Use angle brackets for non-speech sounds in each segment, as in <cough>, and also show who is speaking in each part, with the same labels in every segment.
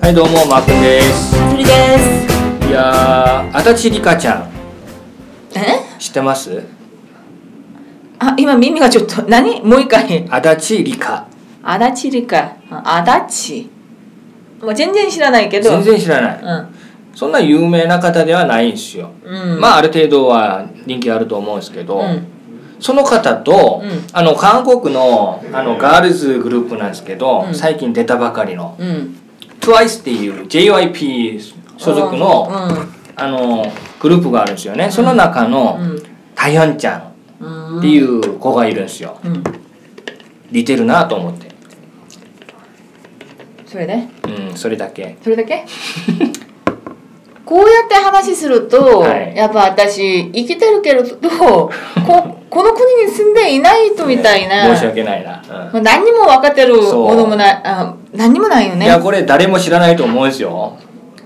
Speaker 1: はいどうもマー君です
Speaker 2: ゆりです
Speaker 1: いやー足立梨花ちゃん
Speaker 2: え
Speaker 1: 知ってます
Speaker 2: あ今耳がちょっと何もう一回
Speaker 1: 足立梨花
Speaker 2: 足立理科あ足立もう全然知らないけど
Speaker 1: 全然知らないそんな有名な方ではないんですよ、
Speaker 2: うんうん
Speaker 1: まあある程度は人気あると思うんですけど、
Speaker 2: うん
Speaker 1: その方と、
Speaker 2: うん
Speaker 1: あの韓国のあのガールズグループなんですけど、
Speaker 2: うん
Speaker 1: 最近出たばかりの
Speaker 2: うん
Speaker 1: TWICE っていう JYP 所属の、あのグループがあるんですよね、その中の、
Speaker 2: うん
Speaker 1: タヨンちゃん
Speaker 2: うん
Speaker 1: っていう子がいるんですよ
Speaker 2: うん
Speaker 1: 似てるなと思って
Speaker 2: それで
Speaker 1: うんそれだけ
Speaker 2: それだけこうやって話すると、
Speaker 1: はい
Speaker 2: やっぱ私生きてるけれどここの国に住んでいない人みたいな、
Speaker 1: 申し訳ないな、
Speaker 2: もう何にも分かってる
Speaker 1: そう
Speaker 2: ものもないあ何にもないよ
Speaker 1: うん、
Speaker 2: ね
Speaker 1: いやこれ誰も知らないと思うんですよ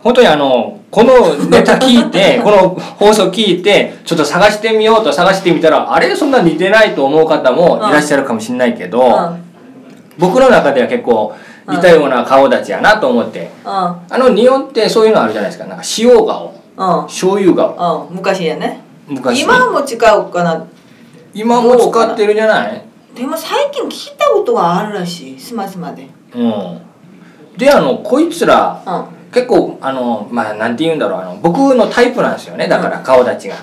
Speaker 1: 本当にあのこのネタ聞い
Speaker 2: <laughs>
Speaker 1: てこの放送聞いてちょっと探してみようと探してみたらあれそんな似てないと思う方もいらっしゃるかもしれないけ
Speaker 2: う
Speaker 1: ど、
Speaker 2: ん
Speaker 1: 僕の中では結構似たような顔立ちやなと思って
Speaker 2: う
Speaker 1: あの日本ってそういうのあるじゃないですかなんか塩顔
Speaker 2: んうん
Speaker 1: 醤油顔
Speaker 2: うん、昔やね
Speaker 1: 昔
Speaker 2: 今はもう違うかな
Speaker 1: 今も使ってるじゃない
Speaker 2: でも最近聞いたことがあるらしいスマスマでうん
Speaker 1: うん、であのこいつら
Speaker 2: あ
Speaker 1: 結構あのまあなんて言うんだろうあの僕のタイプなんですよねだから顔立ちが、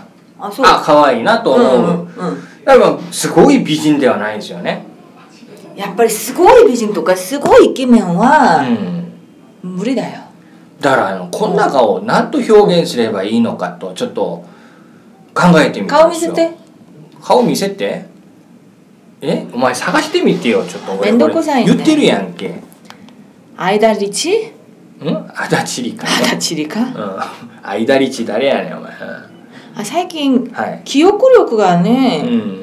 Speaker 2: そう
Speaker 1: あ可愛いなと思う、
Speaker 2: うんうんうん
Speaker 1: だからすごい美人ではないんですよね
Speaker 2: やっぱりすごい美人とかすごいイケメン
Speaker 1: う
Speaker 2: は
Speaker 1: ん
Speaker 2: 無理だよ、
Speaker 1: だからあのこんな顔を何と表現すればいいのかとちょっと考えてみた
Speaker 2: 顔
Speaker 1: ん
Speaker 2: 見
Speaker 1: です
Speaker 2: せ
Speaker 1: よ
Speaker 2: て
Speaker 1: 顔見せてえお前探してみてよちょっと俺
Speaker 2: めんどくさい
Speaker 1: こ
Speaker 2: ね
Speaker 1: れ言ってるやんけん
Speaker 2: 間
Speaker 1: <laughs>
Speaker 2: リチ
Speaker 1: 足立梨花
Speaker 2: <laughs> 肌チリか
Speaker 1: うん間立ち誰やねんお前うん
Speaker 2: あ最近
Speaker 1: はい、
Speaker 2: 記憶力が
Speaker 1: う
Speaker 2: ね、
Speaker 1: ん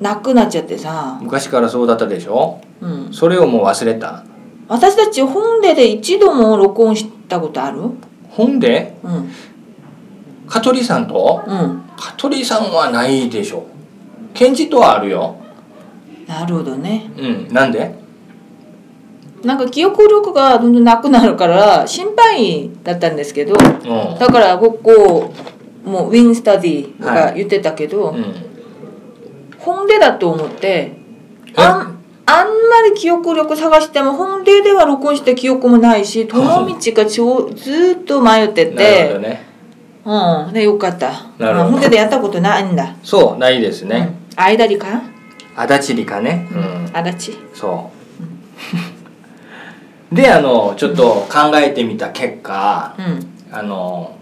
Speaker 2: なくなっちゃってさ、
Speaker 1: 昔からそうだったでしょ
Speaker 2: うん、
Speaker 1: それをもう忘れた
Speaker 2: 私たち本でで一度も録音したことあるうん
Speaker 1: ほんで
Speaker 2: うん
Speaker 1: 香取さんと香取さんはないでしょケンジとはあるよ
Speaker 2: なるほどね
Speaker 1: うんなんで
Speaker 2: なんか記憶力がどんどんなくなるから心配だったんですけど
Speaker 1: うん
Speaker 2: だから僕こうもうウィン・スタディが言ってたけど、
Speaker 1: うん
Speaker 2: 本音だと思って
Speaker 1: え
Speaker 2: あんあんまり記憶力探しても本音では録音した記憶もないし友道がちょうずーっと迷って
Speaker 1: なるほど
Speaker 2: て、
Speaker 1: ね
Speaker 2: うん、でよかった
Speaker 1: なるほど
Speaker 2: うん本音でやったことないんだ、
Speaker 1: そうないです
Speaker 2: う
Speaker 1: ね、
Speaker 2: ん、間にか、
Speaker 1: 足立梨花ねう
Speaker 2: うんん、足立
Speaker 1: そう <laughs> であのちょっと考えてみた結果
Speaker 2: うん
Speaker 1: あの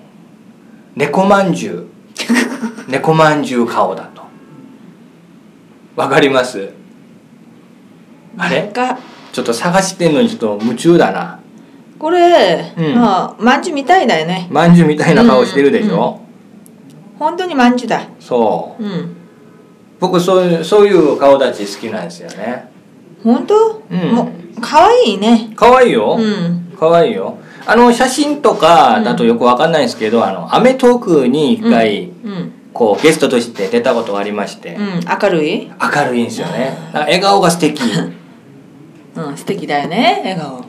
Speaker 1: 猫まんじゅう猫まんじゅう顔だとわかりますあれ
Speaker 2: なんか
Speaker 1: ちょっと探してんのにちょっと夢中だな。
Speaker 2: これ、
Speaker 1: うん
Speaker 2: まあまんじゅうみたいだよね
Speaker 1: まんじゅうみたいな顔してるでしょ、
Speaker 2: 本当にまんじゅうだ
Speaker 1: そう。
Speaker 2: うん
Speaker 1: 僕そういう、そういう顔立ち好きなんですよね。
Speaker 2: 本当、
Speaker 1: うん
Speaker 2: もう可愛いね
Speaker 1: 可愛いよ
Speaker 2: う。ん
Speaker 1: 可愛いよ。あの、写真とかだとよくわかんないんですけど、あの、アメトークに一回、
Speaker 2: うん
Speaker 1: こう、ゲストとして出たことがありまして、
Speaker 2: うん明るい、
Speaker 1: 明るいんですよね。なんか笑顔が素
Speaker 2: <laughs>
Speaker 1: 敵。
Speaker 2: うん、素敵だよね笑顔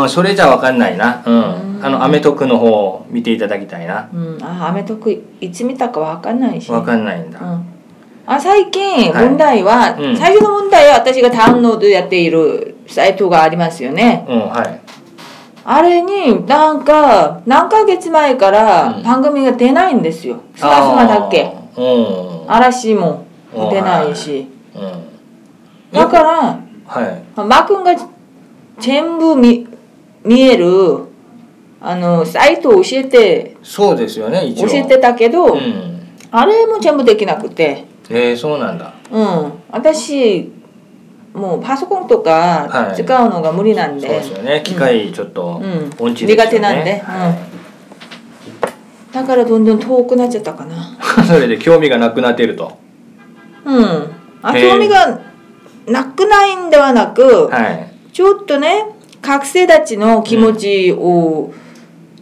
Speaker 1: うん、それじゃわかんないな。うん。
Speaker 2: うん
Speaker 1: あの、アメトークの方を見ていただきたいな。
Speaker 2: うんあアメトークいつ見たかわかんないし
Speaker 1: わかんないんだ。
Speaker 2: うんあ最近
Speaker 1: はい
Speaker 2: 問題は、
Speaker 1: うん
Speaker 2: 最初の問題は私がダウンロードやっているサイトがありますよね
Speaker 1: うん、はい。
Speaker 2: あれになんか何ヶ月前から
Speaker 1: うん
Speaker 2: 番組が出ないんですよ、スマスマだっけ
Speaker 1: あー。
Speaker 2: 嵐も出ないし
Speaker 1: うん。うん。
Speaker 2: だから
Speaker 1: はい。
Speaker 2: マー君が全部見見えるあのサイトを教えて
Speaker 1: そうですよね、一
Speaker 2: 教
Speaker 1: 応。
Speaker 2: えてたけど、
Speaker 1: うん。
Speaker 2: あれも全部できなくて
Speaker 1: えー、そうなんだ。
Speaker 2: うん私もうパソコンと
Speaker 1: は
Speaker 2: か
Speaker 1: い
Speaker 2: 使うのが無理なん
Speaker 1: そう
Speaker 2: で、
Speaker 1: ですよね、機械ちょっと
Speaker 2: うん
Speaker 1: 音痴ですよね。
Speaker 2: 苦手なんでだからどんどん遠くなっちゃったかな
Speaker 1: はい <laughs> それで興味がなくなっていると。
Speaker 2: うんあ
Speaker 1: へえ
Speaker 2: 興味がなくないんではなく、
Speaker 1: はい。
Speaker 2: ちょっとね学生たちの気持ちを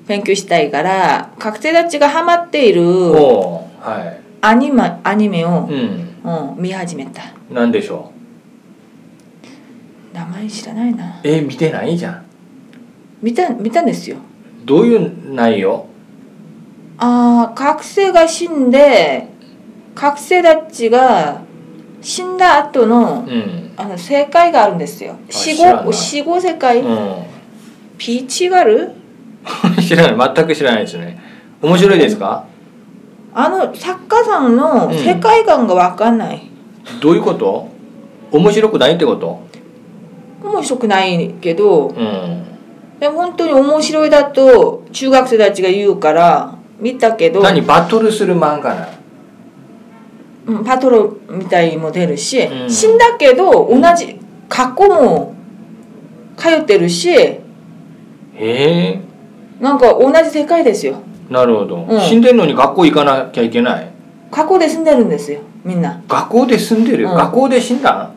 Speaker 2: 勉強したいから、学生たちがハマっている
Speaker 1: おおーは
Speaker 2: アニメアニメを
Speaker 1: い。、うん。
Speaker 2: うん見始めた
Speaker 1: なんでしょ
Speaker 2: 名前知らないな
Speaker 1: う。えー、見てないじゃん。
Speaker 2: 見た見たんですよ
Speaker 1: どういう内容
Speaker 2: ああ学生が死んで学生たちが死んだ後の
Speaker 1: うん。
Speaker 2: あの世界があるんですよ死
Speaker 1: 知らな
Speaker 2: 後
Speaker 1: い
Speaker 2: 死後世界、
Speaker 1: う
Speaker 2: ピーチガル
Speaker 1: ん。 <laughs> 知らない。全く知らないですね。面白いですか
Speaker 2: あの作家さんの
Speaker 1: うん
Speaker 2: 世界観がわかんない、
Speaker 1: どういうこと面白くないってこと
Speaker 2: 面白くないけど
Speaker 1: うん。
Speaker 2: でも本当に面白いだと中学生たちが言うから見たけど、
Speaker 1: 何バトルする漫画なの
Speaker 2: うんパトロールみたいにも出るし、
Speaker 1: うん
Speaker 2: 死んだけど同じ過去も通ってるし
Speaker 1: へえ。
Speaker 2: なんか同じ世界ですよ
Speaker 1: なるほど、
Speaker 2: うん
Speaker 1: 死んでんのに学校行かなきゃいけない。
Speaker 2: 過去で住んでるんですよみんな
Speaker 1: 学校で住んでる、
Speaker 2: うん
Speaker 1: 学校で死んだ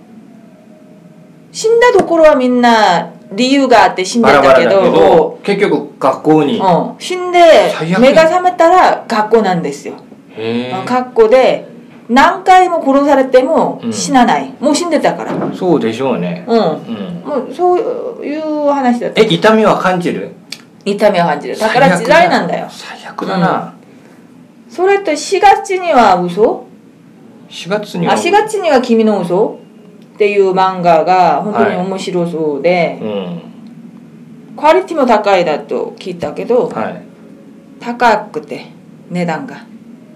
Speaker 2: 死んだところはみんな理由があって死んで
Speaker 1: バラバラ
Speaker 2: たけ
Speaker 1: だけ
Speaker 2: ど
Speaker 1: ど、結局学校に。
Speaker 2: うん、死んで
Speaker 1: 最悪
Speaker 2: 目が覚めたら学校なんですよ
Speaker 1: へえ。
Speaker 2: 過去で何回も殺されても
Speaker 1: うん
Speaker 2: 死なない、もう死んでたからう
Speaker 1: そうでしょうね。
Speaker 2: ん
Speaker 1: うん。
Speaker 2: もうそういう話だった
Speaker 1: え、痛みは感じる
Speaker 2: 痛みを感じるだから時代なんだよ
Speaker 1: 最悪だな。
Speaker 2: それと4月には嘘
Speaker 1: 4月に
Speaker 2: あ
Speaker 1: は
Speaker 2: 4月には君の嘘っていう漫画が本当に面白そうで、
Speaker 1: うん
Speaker 2: クオリティも高いだと聞いたけど
Speaker 1: はい
Speaker 2: 高くて値段が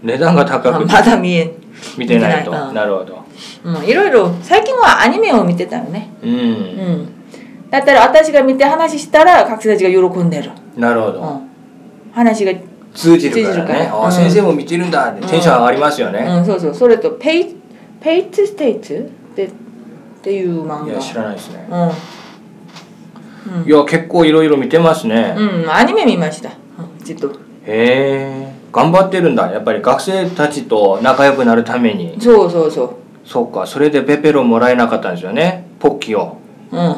Speaker 1: 値段が高
Speaker 2: あ
Speaker 1: く
Speaker 2: ま
Speaker 1: て
Speaker 2: だ見えん、
Speaker 1: 見てないと
Speaker 2: 見てないうん
Speaker 1: なるほど
Speaker 2: うん、いろいろ最近はアニメを見てたよね
Speaker 1: う
Speaker 2: うんんだったら私が見て話したら学生たちが喜んでる、
Speaker 1: なるほ
Speaker 2: う
Speaker 1: ど
Speaker 2: ん、話が、
Speaker 1: 通じるから
Speaker 2: 通じる
Speaker 1: ね
Speaker 2: から
Speaker 1: あ
Speaker 2: うん
Speaker 1: あ先生も見てるんだってテンション上がりますよね
Speaker 2: うん、そうそうそれとペイ「ペイツステイツ」ってっていう漫
Speaker 1: いや知
Speaker 2: 画
Speaker 1: らないですね
Speaker 2: 어. うん、うん
Speaker 1: いや結構いろいろ見てますね
Speaker 2: うん、アニメ見ました。うんちょっと。
Speaker 1: へえ頑張ってるんだやっぱり学生たちと仲良くなるために
Speaker 2: そうそうそ
Speaker 1: そっかそれでペペロもらえなかったんですよねポッキーを
Speaker 2: う。うん。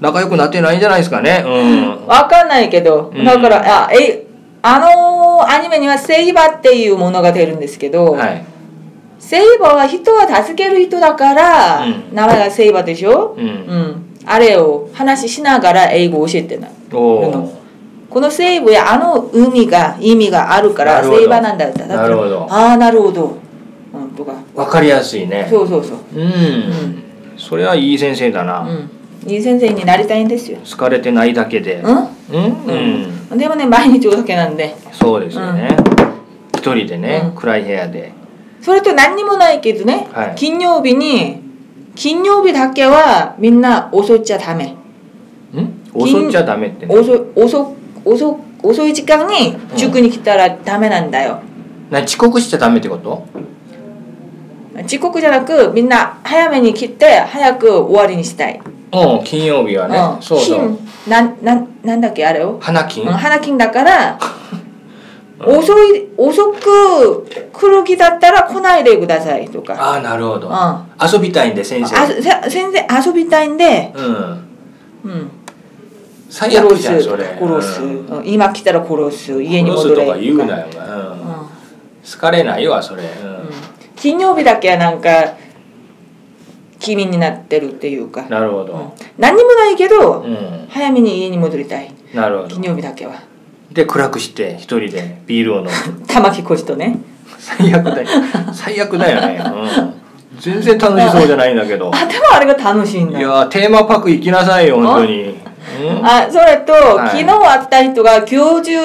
Speaker 1: 仲良くなってないんじゃないですかねう
Speaker 2: わかんないけど、
Speaker 1: うん
Speaker 2: だから、あ、え、あのーアニメにはセイバーっていうものが出るんですけど、
Speaker 1: んはい
Speaker 2: セイバーは人を助ける人だから、
Speaker 1: うん
Speaker 2: 名前がセイバーでしょ
Speaker 1: う
Speaker 2: うんん。あれを話ししながら英語を教えてない。
Speaker 1: お
Speaker 2: う
Speaker 1: お
Speaker 2: このセイブやあの海が意味があるから
Speaker 1: なるほど
Speaker 2: セイバーなんだっただから
Speaker 1: なるほど
Speaker 2: ああなるほど、うん、とか
Speaker 1: わかりやすいね
Speaker 2: そうそうそう
Speaker 1: う
Speaker 2: うん
Speaker 1: んそれはいい先生だな
Speaker 2: うんいい先生になりたいんですよ
Speaker 1: 疲れてないだけで
Speaker 2: うん
Speaker 1: うん、うん、
Speaker 2: でもね毎日お酒なんで
Speaker 1: そうですよね、一人でね、
Speaker 2: うん
Speaker 1: 暗い部屋で
Speaker 2: それと何にもないけどね、
Speaker 1: はい
Speaker 2: 金曜日に金曜日だけはみんな遅っちゃダメ
Speaker 1: ん
Speaker 2: 銀
Speaker 1: 襲っちゃダメってね
Speaker 2: 遅い遅遅遅い時間に塾に来たらダメなんだよ、
Speaker 1: な遅刻しちゃダメってこと
Speaker 2: 遅刻じゃなくみんな早めに来て早く終わりにしたい、
Speaker 1: うん金曜日はね、
Speaker 2: うん、
Speaker 1: そうそう
Speaker 2: 金なんなんなんだっけあれを、
Speaker 1: 花金、
Speaker 2: うん、花金だから遅い遅く来る気だったら来ないでくださいとか
Speaker 1: ああなるほど、
Speaker 2: うん
Speaker 1: 遊びたいんで先
Speaker 2: あ
Speaker 1: 生
Speaker 2: せ先生遊びたいんで、
Speaker 1: うん
Speaker 2: うん、
Speaker 1: 最悪
Speaker 2: 殺
Speaker 1: じゃん
Speaker 2: す
Speaker 1: それ
Speaker 2: 殺す、
Speaker 1: うん
Speaker 2: うん今来たら殺す家に
Speaker 1: 殺
Speaker 2: 戻
Speaker 1: す
Speaker 2: れ
Speaker 1: とか言うなよ、お前
Speaker 2: う
Speaker 1: うんん、好かれないわそれ、うん
Speaker 2: うん金曜日だけはなんか機敏になってるっていうか、
Speaker 1: なるほ
Speaker 2: うん
Speaker 1: ど、
Speaker 2: 何にもないけど、
Speaker 1: うん、
Speaker 2: 早めに家に戻りたい
Speaker 1: なるほど
Speaker 2: 金曜日だけは
Speaker 1: で暗くして一人でビールを飲
Speaker 2: <laughs>
Speaker 1: む
Speaker 2: 玉木こじとね
Speaker 1: 最悪だよ最悪だよね、うん、全然楽しそうじゃないんだけど
Speaker 2: あでもあれが楽しいん
Speaker 1: い
Speaker 2: だ
Speaker 1: やーテーマパーク行きなさいよ本当にうん
Speaker 2: あそれと、
Speaker 1: はい
Speaker 2: 昨日会った人が教授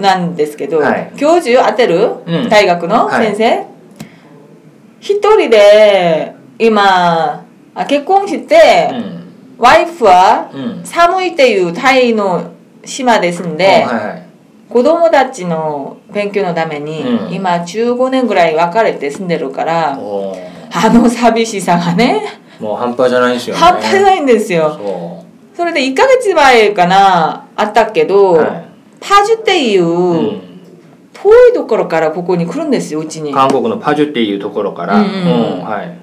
Speaker 2: なんですけど、
Speaker 1: はい
Speaker 2: 教授当てる、
Speaker 1: うん
Speaker 2: 大学の
Speaker 1: はい
Speaker 2: 先生、一人で今あ結婚して、
Speaker 1: うん
Speaker 2: ワイフは
Speaker 1: うん
Speaker 2: 寒いっていうタイの島ですんで、
Speaker 1: うんはいはい
Speaker 2: 子供たちの勉強のために、
Speaker 1: うん
Speaker 2: 今15年ぐらい別れて住んでるから、
Speaker 1: おー
Speaker 2: あの寂しさがね
Speaker 1: もう半端じゃないですよね
Speaker 2: 半端ないんですよ
Speaker 1: そ
Speaker 2: それで1ヶ月前かなあったけ
Speaker 1: う
Speaker 2: ど、
Speaker 1: は
Speaker 2: パジュってい
Speaker 1: い、
Speaker 2: う、
Speaker 1: うん
Speaker 2: 遠いところからここに来るんですようちに
Speaker 1: 韓国のパジュっていうところから、
Speaker 2: うんうん
Speaker 1: はい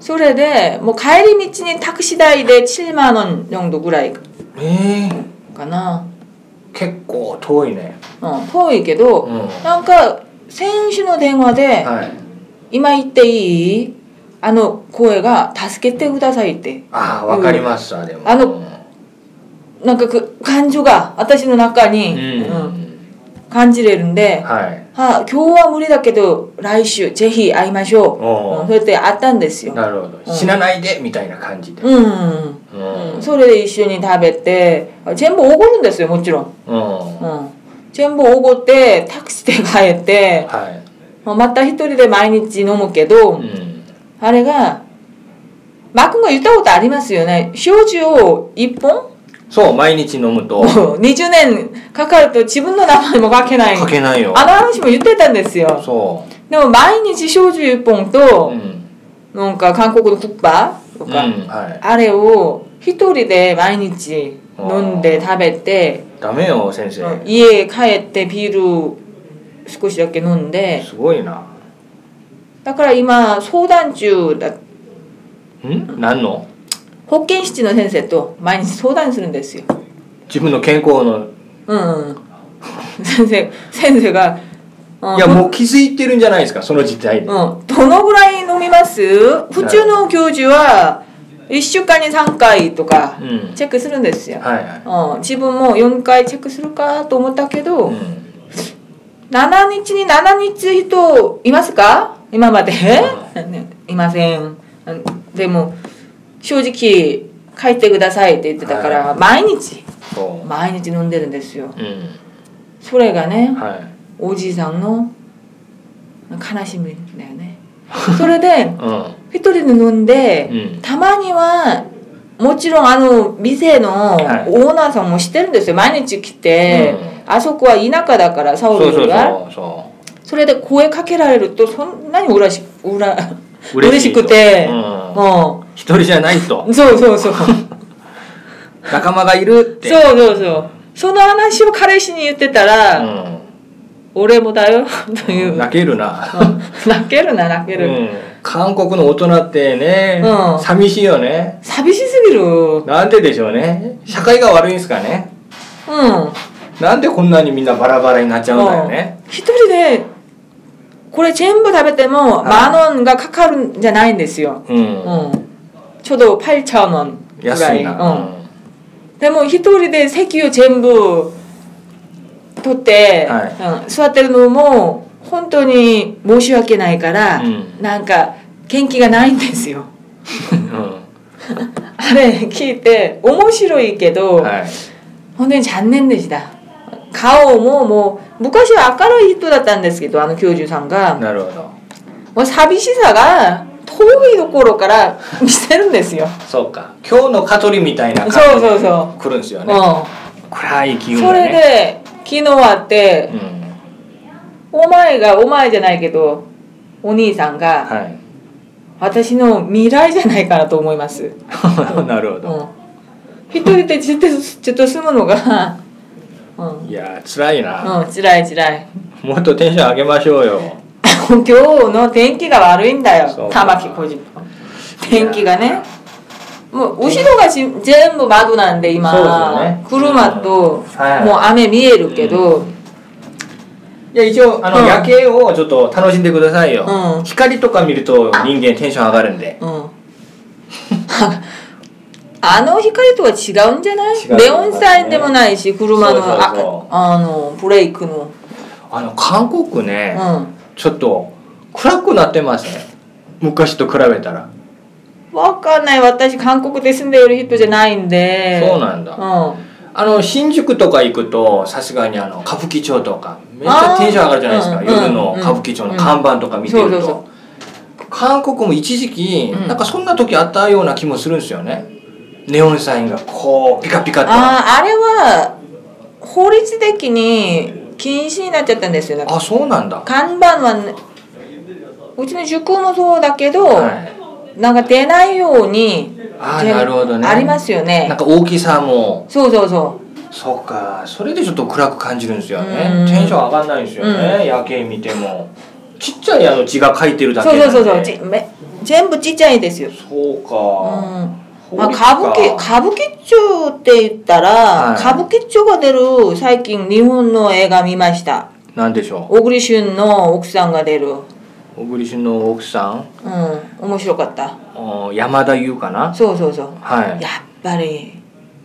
Speaker 2: それでもう帰り道にタクシー代で7万円정도ぐらい
Speaker 1: えー、
Speaker 2: かな、
Speaker 1: 結構遠いね
Speaker 2: うん、遠いけど、
Speaker 1: うんは
Speaker 2: なんか先週の電話で
Speaker 1: い
Speaker 2: 「今行っていい?」あの声が「助けてください」って
Speaker 1: 아, ああわかりますわでも
Speaker 2: あの
Speaker 1: うん
Speaker 2: なんかく感情が私の中に、
Speaker 1: う
Speaker 2: うん
Speaker 1: ん
Speaker 2: 感じれるんで、
Speaker 1: はい
Speaker 2: は今日は無理だけど来週ぜひ会いましょう、
Speaker 1: おー
Speaker 2: うんそうやって会ったんですよ。
Speaker 1: なるほ
Speaker 2: う
Speaker 1: ど
Speaker 2: ん
Speaker 1: 死なないでみたいな感じで
Speaker 2: うんうん
Speaker 1: う
Speaker 2: うん
Speaker 1: ん
Speaker 2: それで一緒に食べて全部おごるんですよもちろん、
Speaker 1: うん
Speaker 2: う
Speaker 1: は
Speaker 2: ん、全部おごってタクシーで帰ってまた一人で毎日飲むけど、
Speaker 1: いうん
Speaker 2: あれがマー君が言ったことありますよね焼酎を1本
Speaker 1: そう毎日飲むと
Speaker 2: 20年かかると自分の名前も書けない
Speaker 1: かけないよ
Speaker 2: あの話も言ってたんですよ
Speaker 1: そ
Speaker 2: でも毎日焼酎1本
Speaker 1: う
Speaker 2: と
Speaker 1: う、ん
Speaker 2: なんか韓国のクッパと
Speaker 1: うん
Speaker 2: か、
Speaker 1: はい
Speaker 2: あれを一人で毎日飲んで食べて、
Speaker 1: ダメよ先生
Speaker 2: 家帰ってビール少しだけ飲んです
Speaker 1: ごいな
Speaker 2: だから今相談中だ
Speaker 1: ん何の
Speaker 2: 保健室の先生と毎日相談するんですよ
Speaker 1: 自分の健康の
Speaker 2: うん <laughs> うん、先生先生が「うん
Speaker 1: いやもう気づいてるんじゃないですかその時代で
Speaker 2: うん、どのぐらい飲みます普通の教授は1週間に3回とか
Speaker 1: うん
Speaker 2: チェックするんですよ、
Speaker 1: はいはい
Speaker 2: うん、自分も4回チェックするかと思ったけど、
Speaker 1: うん
Speaker 2: 7日に7日人いますか今まで、いませんうんでも正直書いてくださいって言ってたから、
Speaker 1: は
Speaker 2: 毎日
Speaker 1: そ
Speaker 2: 毎日飲んでるんですよ
Speaker 1: ううん
Speaker 2: それがね
Speaker 1: はい
Speaker 2: おじいさんの悲しみだよねそれで
Speaker 1: う
Speaker 2: 一人で飲んで、
Speaker 1: んうん
Speaker 2: たまにはもちろんあの店のオ
Speaker 1: はい
Speaker 2: ーナーさんもしてるんですよ毎日来て、あそこは田舎だからサウル
Speaker 1: そうそう
Speaker 2: が
Speaker 1: そうそ
Speaker 2: それで声かけられるとそんなにうらしうら
Speaker 1: う
Speaker 2: 嬉しくて
Speaker 1: う
Speaker 2: うんん
Speaker 1: 一人じゃないと
Speaker 2: そうそうそうそう
Speaker 1: 仲間がいるって
Speaker 2: そうそうその話を彼氏に言ってたら「
Speaker 1: 어. う
Speaker 2: 俺も <laughs> だよ」とい
Speaker 1: ん
Speaker 2: う、
Speaker 1: 泣けるな
Speaker 2: うん泣けるな泣ける、
Speaker 1: うん韓国の大人ってね
Speaker 2: うん
Speaker 1: 寂しいよね
Speaker 2: 寂しすぎるうん
Speaker 1: なんででしょうね社会が悪いんですかねなんでこんなにみんなバラバラになっちゃうんだ
Speaker 2: 어.
Speaker 1: よね
Speaker 2: 一人でこれ全部食べても
Speaker 1: はい
Speaker 2: 万ウンがかかるんじゃないんですよ、
Speaker 1: う
Speaker 2: うんちょうど8천 어. 원 어. ぐらい
Speaker 1: 安いな
Speaker 2: うん、でも一人で席を全部取って、うん、座ってるのも本当に申し訳ないから、
Speaker 1: うん
Speaker 2: なんか元気がないんですよ
Speaker 1: うん
Speaker 2: あれ聞いて面白いけど、
Speaker 1: うんはい
Speaker 2: 本当に残念でした顔ももう昔は明るい人だったんですけどあの教授さんが
Speaker 1: なるほど
Speaker 2: もう寂しさが遠いところから見せるんです
Speaker 1: <laughs>
Speaker 2: よ
Speaker 1: そうか今日の香取みたいな感じ
Speaker 2: そうそうそ
Speaker 1: 来るんです
Speaker 2: う、
Speaker 1: よね暗い気
Speaker 2: うん、
Speaker 1: 分
Speaker 2: そ
Speaker 1: が
Speaker 2: れ
Speaker 1: ね
Speaker 2: で昨日会って
Speaker 1: うん
Speaker 2: お前がお前じゃないけどお兄さんが
Speaker 1: はい <laughs>
Speaker 2: 私の未来じゃないかなと思います、うん、
Speaker 1: なるほど。
Speaker 2: 一人でずっとずっと住むのがうん
Speaker 1: いやー、辛いな、
Speaker 2: うんつらいつらい <laughs>
Speaker 1: もっとテンション上げましょうよ。
Speaker 2: 今日の天気が悪いんだ
Speaker 1: そう
Speaker 2: よ
Speaker 1: か
Speaker 2: 玉木小島天気がねもう後ろがじ全部窓なんで今
Speaker 1: そうですよね
Speaker 2: 車と、
Speaker 1: はい
Speaker 2: もう雨見えるけど、
Speaker 1: いや、一応、あの、
Speaker 2: うん
Speaker 1: 夜景をちょっと楽しんでくださいよ。
Speaker 2: うん
Speaker 1: 光とか見ると人間テンション上がるんで。
Speaker 2: うん <laughs> あの光とは違うんじゃない
Speaker 1: 違う
Speaker 2: レオンサインでもないし車の
Speaker 1: そうそうそう
Speaker 2: ああのブレイクの、
Speaker 1: あの、韓国ね、
Speaker 2: う
Speaker 1: ちょっと暗くなってますね。昔と比べたら。
Speaker 2: ん、わかんない私韓国で住んでいる人じゃないんで
Speaker 1: そうなんだ。
Speaker 2: うん
Speaker 1: あの、新宿とか行くと、さすがにあの、歌舞伎町とか、めっちゃテンション上がるじゃないですか。
Speaker 2: あーうん
Speaker 1: 夜の歌舞伎町の看板とか見てる
Speaker 2: うんうんそうそ
Speaker 1: と。韓国も一時期、
Speaker 2: うん
Speaker 1: なんかそんな時あったような気もするんですよね。ネオンサインがこう、ピカピカって。あ
Speaker 2: あああれは法律的に禁止になっちゃったんですよね
Speaker 1: そうなんだ。
Speaker 2: 看板はねうちの塾もそうだけど、
Speaker 1: は
Speaker 2: なんか出ないように
Speaker 1: あー
Speaker 2: 全部
Speaker 1: なるほどね
Speaker 2: ありますよ
Speaker 1: い。な
Speaker 2: ね
Speaker 1: んか大きさも、
Speaker 2: そうそうそ
Speaker 1: そうか、それでちょっと暗く感じるんですよ
Speaker 2: う
Speaker 1: ね
Speaker 2: ん。
Speaker 1: テンション上がんないんですよね、夜景見ても。ちっちゃいあの字が書いてる
Speaker 2: う
Speaker 1: だけ
Speaker 2: そ
Speaker 1: な
Speaker 2: うん
Speaker 1: で
Speaker 2: そうそうそうちめ全部ちっちゃいですよ、
Speaker 1: そう
Speaker 2: うん
Speaker 1: か。
Speaker 2: まあ、
Speaker 1: 法律
Speaker 2: 歌舞伎歌舞伎町って言ったら、
Speaker 1: はい
Speaker 2: 歌舞伎町が出る最近日本の映画見ました
Speaker 1: なんでしょ
Speaker 2: 小栗旬の奥さんが出るうん
Speaker 1: う。小栗旬の奥さん、
Speaker 2: 面白かった
Speaker 1: あー山田優かな。
Speaker 2: そうそうそう
Speaker 1: はい。
Speaker 2: やっぱり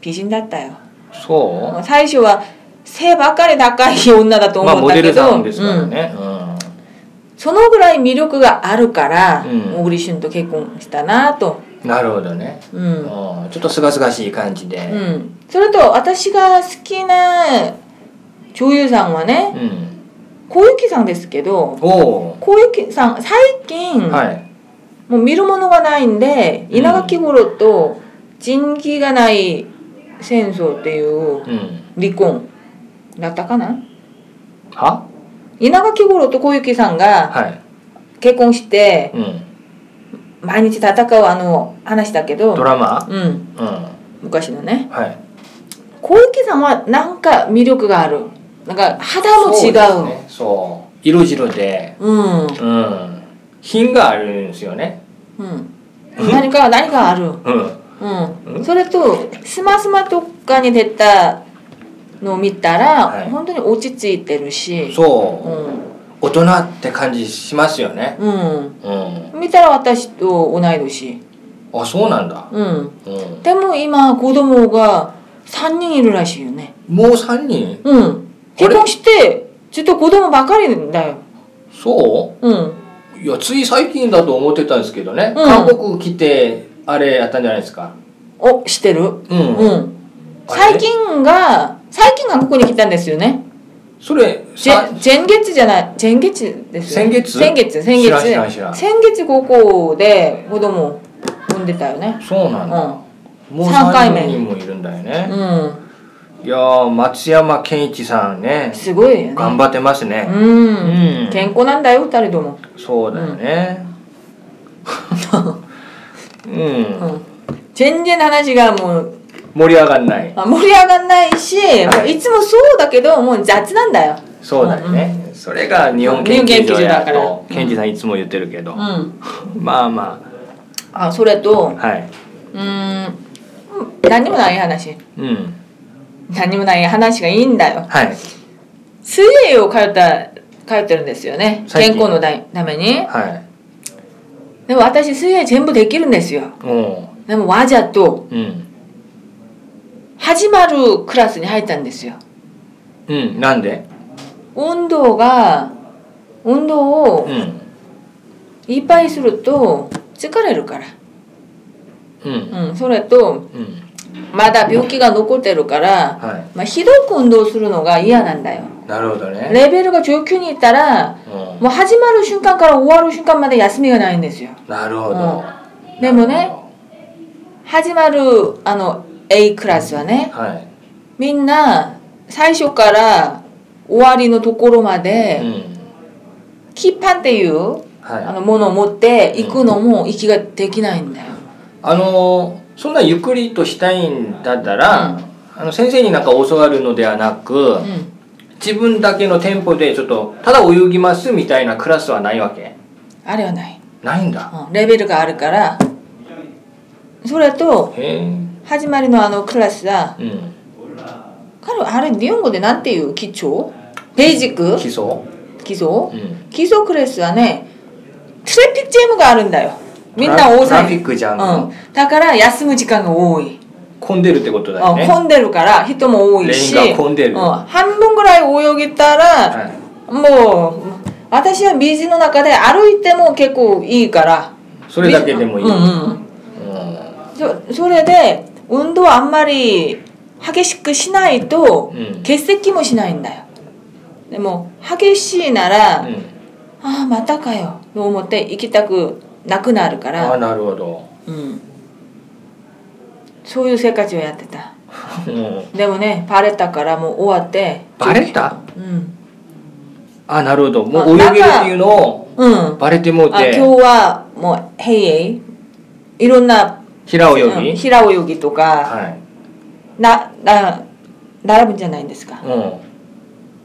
Speaker 2: 美人だったよ。
Speaker 1: そ
Speaker 2: 最初は背ばっかり高い女だと
Speaker 1: うまあ
Speaker 2: 思っ
Speaker 1: モ
Speaker 2: た
Speaker 1: デ
Speaker 2: け
Speaker 1: ル
Speaker 2: ど、
Speaker 1: さんですから
Speaker 2: うん
Speaker 1: ね、うん
Speaker 2: そのぐらい魅力があるから、
Speaker 1: うん
Speaker 2: 小栗旬と結婚したなと、
Speaker 1: なるほどね、
Speaker 2: う
Speaker 1: うんん、ちょっとすがすがしい感じ
Speaker 2: う
Speaker 1: で、
Speaker 2: ん、それと私が好きな女優さんは
Speaker 1: う
Speaker 2: ね
Speaker 1: ん
Speaker 2: 小雪さんですけど
Speaker 1: お
Speaker 2: 小雪さん最近、
Speaker 1: お、はい
Speaker 2: もう見るものがないんで
Speaker 1: うん
Speaker 2: 稲垣吾郎と人気がない戦争ってい
Speaker 1: う
Speaker 2: う
Speaker 1: ん、
Speaker 2: 離婚だったかな
Speaker 1: は
Speaker 2: 稲垣吾郎と小雪さんが
Speaker 1: はい、
Speaker 2: 結婚して
Speaker 1: うん、
Speaker 2: 毎日戦うあの話だけ
Speaker 1: ド
Speaker 2: ど、
Speaker 1: ラマ、
Speaker 2: うん、
Speaker 1: うん
Speaker 2: 昔のね
Speaker 1: はい、
Speaker 2: 小雪さんはなんか魅力があるなんか肌も
Speaker 1: そ
Speaker 2: 違
Speaker 1: う
Speaker 2: う
Speaker 1: ですねそう色白で、
Speaker 2: う
Speaker 1: う
Speaker 2: ん
Speaker 1: ん、品があるんですよね、
Speaker 2: うん何か何かある
Speaker 1: うん、
Speaker 2: う、
Speaker 1: うんん
Speaker 2: それと「スマスマ」とかに出たのを見たら、
Speaker 1: はい
Speaker 2: 本当に落ち着いてるし
Speaker 1: そう、大
Speaker 2: う、
Speaker 1: 人って感じしますよね、
Speaker 2: ん
Speaker 1: うん、
Speaker 2: うん、見たら私と同い年、
Speaker 1: あそうなんだ、
Speaker 2: うん、
Speaker 1: うん、
Speaker 2: でも今子供が3人いるらしいよね、
Speaker 1: もう3人
Speaker 2: うん、
Speaker 1: あれ
Speaker 2: 結婚してずっと子供ばかりだよ、
Speaker 1: そう
Speaker 2: うん、
Speaker 1: いやつい最近だと思ってたんですけどね、
Speaker 2: うん
Speaker 1: 韓国来てあれやったんじゃないですか
Speaker 2: おしてる、
Speaker 1: うん、
Speaker 2: うん、
Speaker 1: あれ
Speaker 2: 最近が最近韓国に来たんですよね
Speaker 1: それ
Speaker 2: じ
Speaker 1: さ
Speaker 2: 前月じゃない前月ですよ
Speaker 1: 先
Speaker 2: ね
Speaker 1: 月
Speaker 2: 先月先
Speaker 1: 知らん
Speaker 2: 月
Speaker 1: 知らん知らん
Speaker 2: 先月高校で子供産んでたよね
Speaker 1: そうなんだ、もう
Speaker 2: 三回目
Speaker 1: 3人もいるんだよ
Speaker 2: う
Speaker 1: ね、
Speaker 2: ん
Speaker 1: いやー松山ケンイチさんね
Speaker 2: すごいよね
Speaker 1: 頑張ってますね、
Speaker 2: うん
Speaker 1: うん
Speaker 2: 健康なんだよ二人とも
Speaker 1: そうだよねうん、
Speaker 2: うん全然話がもう
Speaker 1: 盛り上がんない
Speaker 2: あ盛り上がんないし、
Speaker 1: はい
Speaker 2: もういつもそうだけどもう雑なんだよ
Speaker 1: そうだよね、それが日本
Speaker 2: 日
Speaker 1: 研
Speaker 2: 本研
Speaker 1: 究
Speaker 2: 究所
Speaker 1: 所
Speaker 2: だ
Speaker 1: や
Speaker 2: から
Speaker 1: とケンイチさんいつも言ってるけど、
Speaker 2: ん
Speaker 1: まあま
Speaker 2: あそれと
Speaker 1: あはい
Speaker 2: うん何にもない話
Speaker 1: うん
Speaker 2: 何にもない話がいいんだよ
Speaker 1: はい
Speaker 2: 水泳を通った通ってるんですよね
Speaker 1: 最
Speaker 2: 健
Speaker 1: 近
Speaker 2: 康のだいために
Speaker 1: はい
Speaker 2: でも私水泳全部できるんですよ
Speaker 1: も
Speaker 2: でもわざと
Speaker 1: ううん
Speaker 2: 始まるクラスに入ったんですよ
Speaker 1: うん、なんで、
Speaker 2: 運動が運動
Speaker 1: う
Speaker 2: を
Speaker 1: ん、
Speaker 2: いっぱいすると疲れるから、
Speaker 1: うん、
Speaker 2: うん、それと
Speaker 1: うん、
Speaker 2: まだ病気が残ってるから、
Speaker 1: は
Speaker 2: まあ、ひどく運動するのが嫌なんだよ
Speaker 1: い。なるほどね。
Speaker 2: レベルが上級にいったら
Speaker 1: う
Speaker 2: もう始まる瞬間から終わる瞬間まで休みがないんですよ
Speaker 1: ん、なるほど。
Speaker 2: うんでもね始まるあの A クラスはね
Speaker 1: は
Speaker 2: みんな最初から終わりのところま
Speaker 1: い。う
Speaker 2: で、
Speaker 1: ん、
Speaker 2: キーパンっていうあ
Speaker 1: はい。
Speaker 2: のものを持って行くのも息ができないんだよ。
Speaker 1: あのーそんなゆっくりとしたいんだったら、
Speaker 2: うん
Speaker 1: あの先生になんか教わるのではなく、
Speaker 2: うん、
Speaker 1: 自分だけのテンポでちょっとただ泳ぎますみたいなクラスはないわけ。
Speaker 2: あれはない、
Speaker 1: ないんだ。
Speaker 2: うんレベルがあるからそれと
Speaker 1: へえ。
Speaker 2: 始まりのあのクラスは
Speaker 1: うん。
Speaker 2: 彼はあれ日本語でなんていう基調ベージック
Speaker 1: 基礎。
Speaker 2: 基礎
Speaker 1: うん。
Speaker 2: 基礎クラスはねトラフィックジャムがあるんだよみんな大
Speaker 1: トラ
Speaker 2: 騒
Speaker 1: フ
Speaker 2: ぎ
Speaker 1: ィックじゃん。
Speaker 2: うん、だから休む時間が多い、
Speaker 1: 混んでるってことだよ
Speaker 2: うん
Speaker 1: ね。
Speaker 2: 混んでるから人も多いし
Speaker 1: レーンが混んでる
Speaker 2: うん、半分ぐらい泳げたら、
Speaker 1: はい。
Speaker 2: もう私はビーチの中で歩いても結構いいから
Speaker 1: それだけでもいい。
Speaker 2: うんうん、
Speaker 1: う
Speaker 2: そそれで運動あんまり激しくしないと
Speaker 1: うん
Speaker 2: 欠席もしないんだよでも激しいなら、
Speaker 1: ん。うん
Speaker 2: ああまたかよと思って行きたくなくなるか
Speaker 1: あ
Speaker 2: ら、
Speaker 1: なるほど、
Speaker 2: うん、そういう生活をやってた
Speaker 1: うん、
Speaker 2: でもねバレたからもう終わって
Speaker 1: バレた
Speaker 2: うん
Speaker 1: あなるほども
Speaker 2: あ
Speaker 1: う泳
Speaker 2: なん
Speaker 1: げるっ
Speaker 2: か
Speaker 1: ていうのを
Speaker 2: うん
Speaker 1: バレてもう
Speaker 2: あ今日
Speaker 1: て
Speaker 2: はもう平泳いろんな
Speaker 1: 平泳ぎ、
Speaker 2: うん平泳ぎとか、
Speaker 1: はい、
Speaker 2: なな並ぶんじゃないんですか、
Speaker 1: う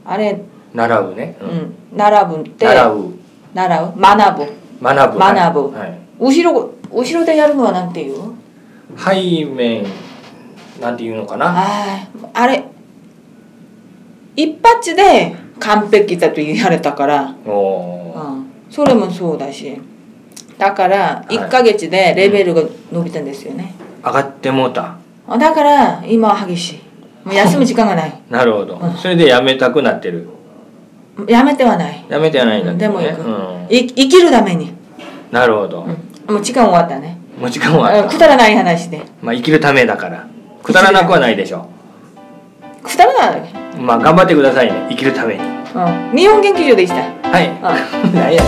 Speaker 2: あれ、
Speaker 1: ん、習うね、
Speaker 2: う
Speaker 1: うん、
Speaker 2: ん、並ぶって
Speaker 1: 習う
Speaker 2: 習う学ぶ
Speaker 1: 学ぶ
Speaker 2: 学ぶ
Speaker 1: はい
Speaker 2: 後ろ後ろでやるのはなんていう
Speaker 1: はい、背面なんていうのかな
Speaker 2: あーあれ一発で完璧だと言われたから、
Speaker 1: お
Speaker 2: う
Speaker 1: ー
Speaker 2: ん、それもそうだしだから
Speaker 1: い
Speaker 2: 1ヶ月でレベルが伸びたんですよね、
Speaker 1: 上がってもうた
Speaker 2: あだから今は激しいもう休む時間がない。
Speaker 1: なるほど
Speaker 2: うん。
Speaker 1: それで辞めたくなってる。
Speaker 2: やめてはない。
Speaker 1: 辞めてはないんだけ
Speaker 2: で
Speaker 1: ど
Speaker 2: も
Speaker 1: ね。
Speaker 2: 行く、
Speaker 1: うん
Speaker 2: い生きるために、
Speaker 1: なるほど。
Speaker 2: うんもう時間終わったね
Speaker 1: もう時間はあ
Speaker 2: う
Speaker 1: っ
Speaker 2: ん
Speaker 1: た
Speaker 2: くだらない話で
Speaker 1: まあ生きるためだから。くだらなくはないでしょ
Speaker 2: くだらない、う
Speaker 1: う。まあ頑張ってくださいね。生きるために。
Speaker 2: ん、日本研究所でした
Speaker 1: <laughs> はい。
Speaker 2: うん
Speaker 1: 何や。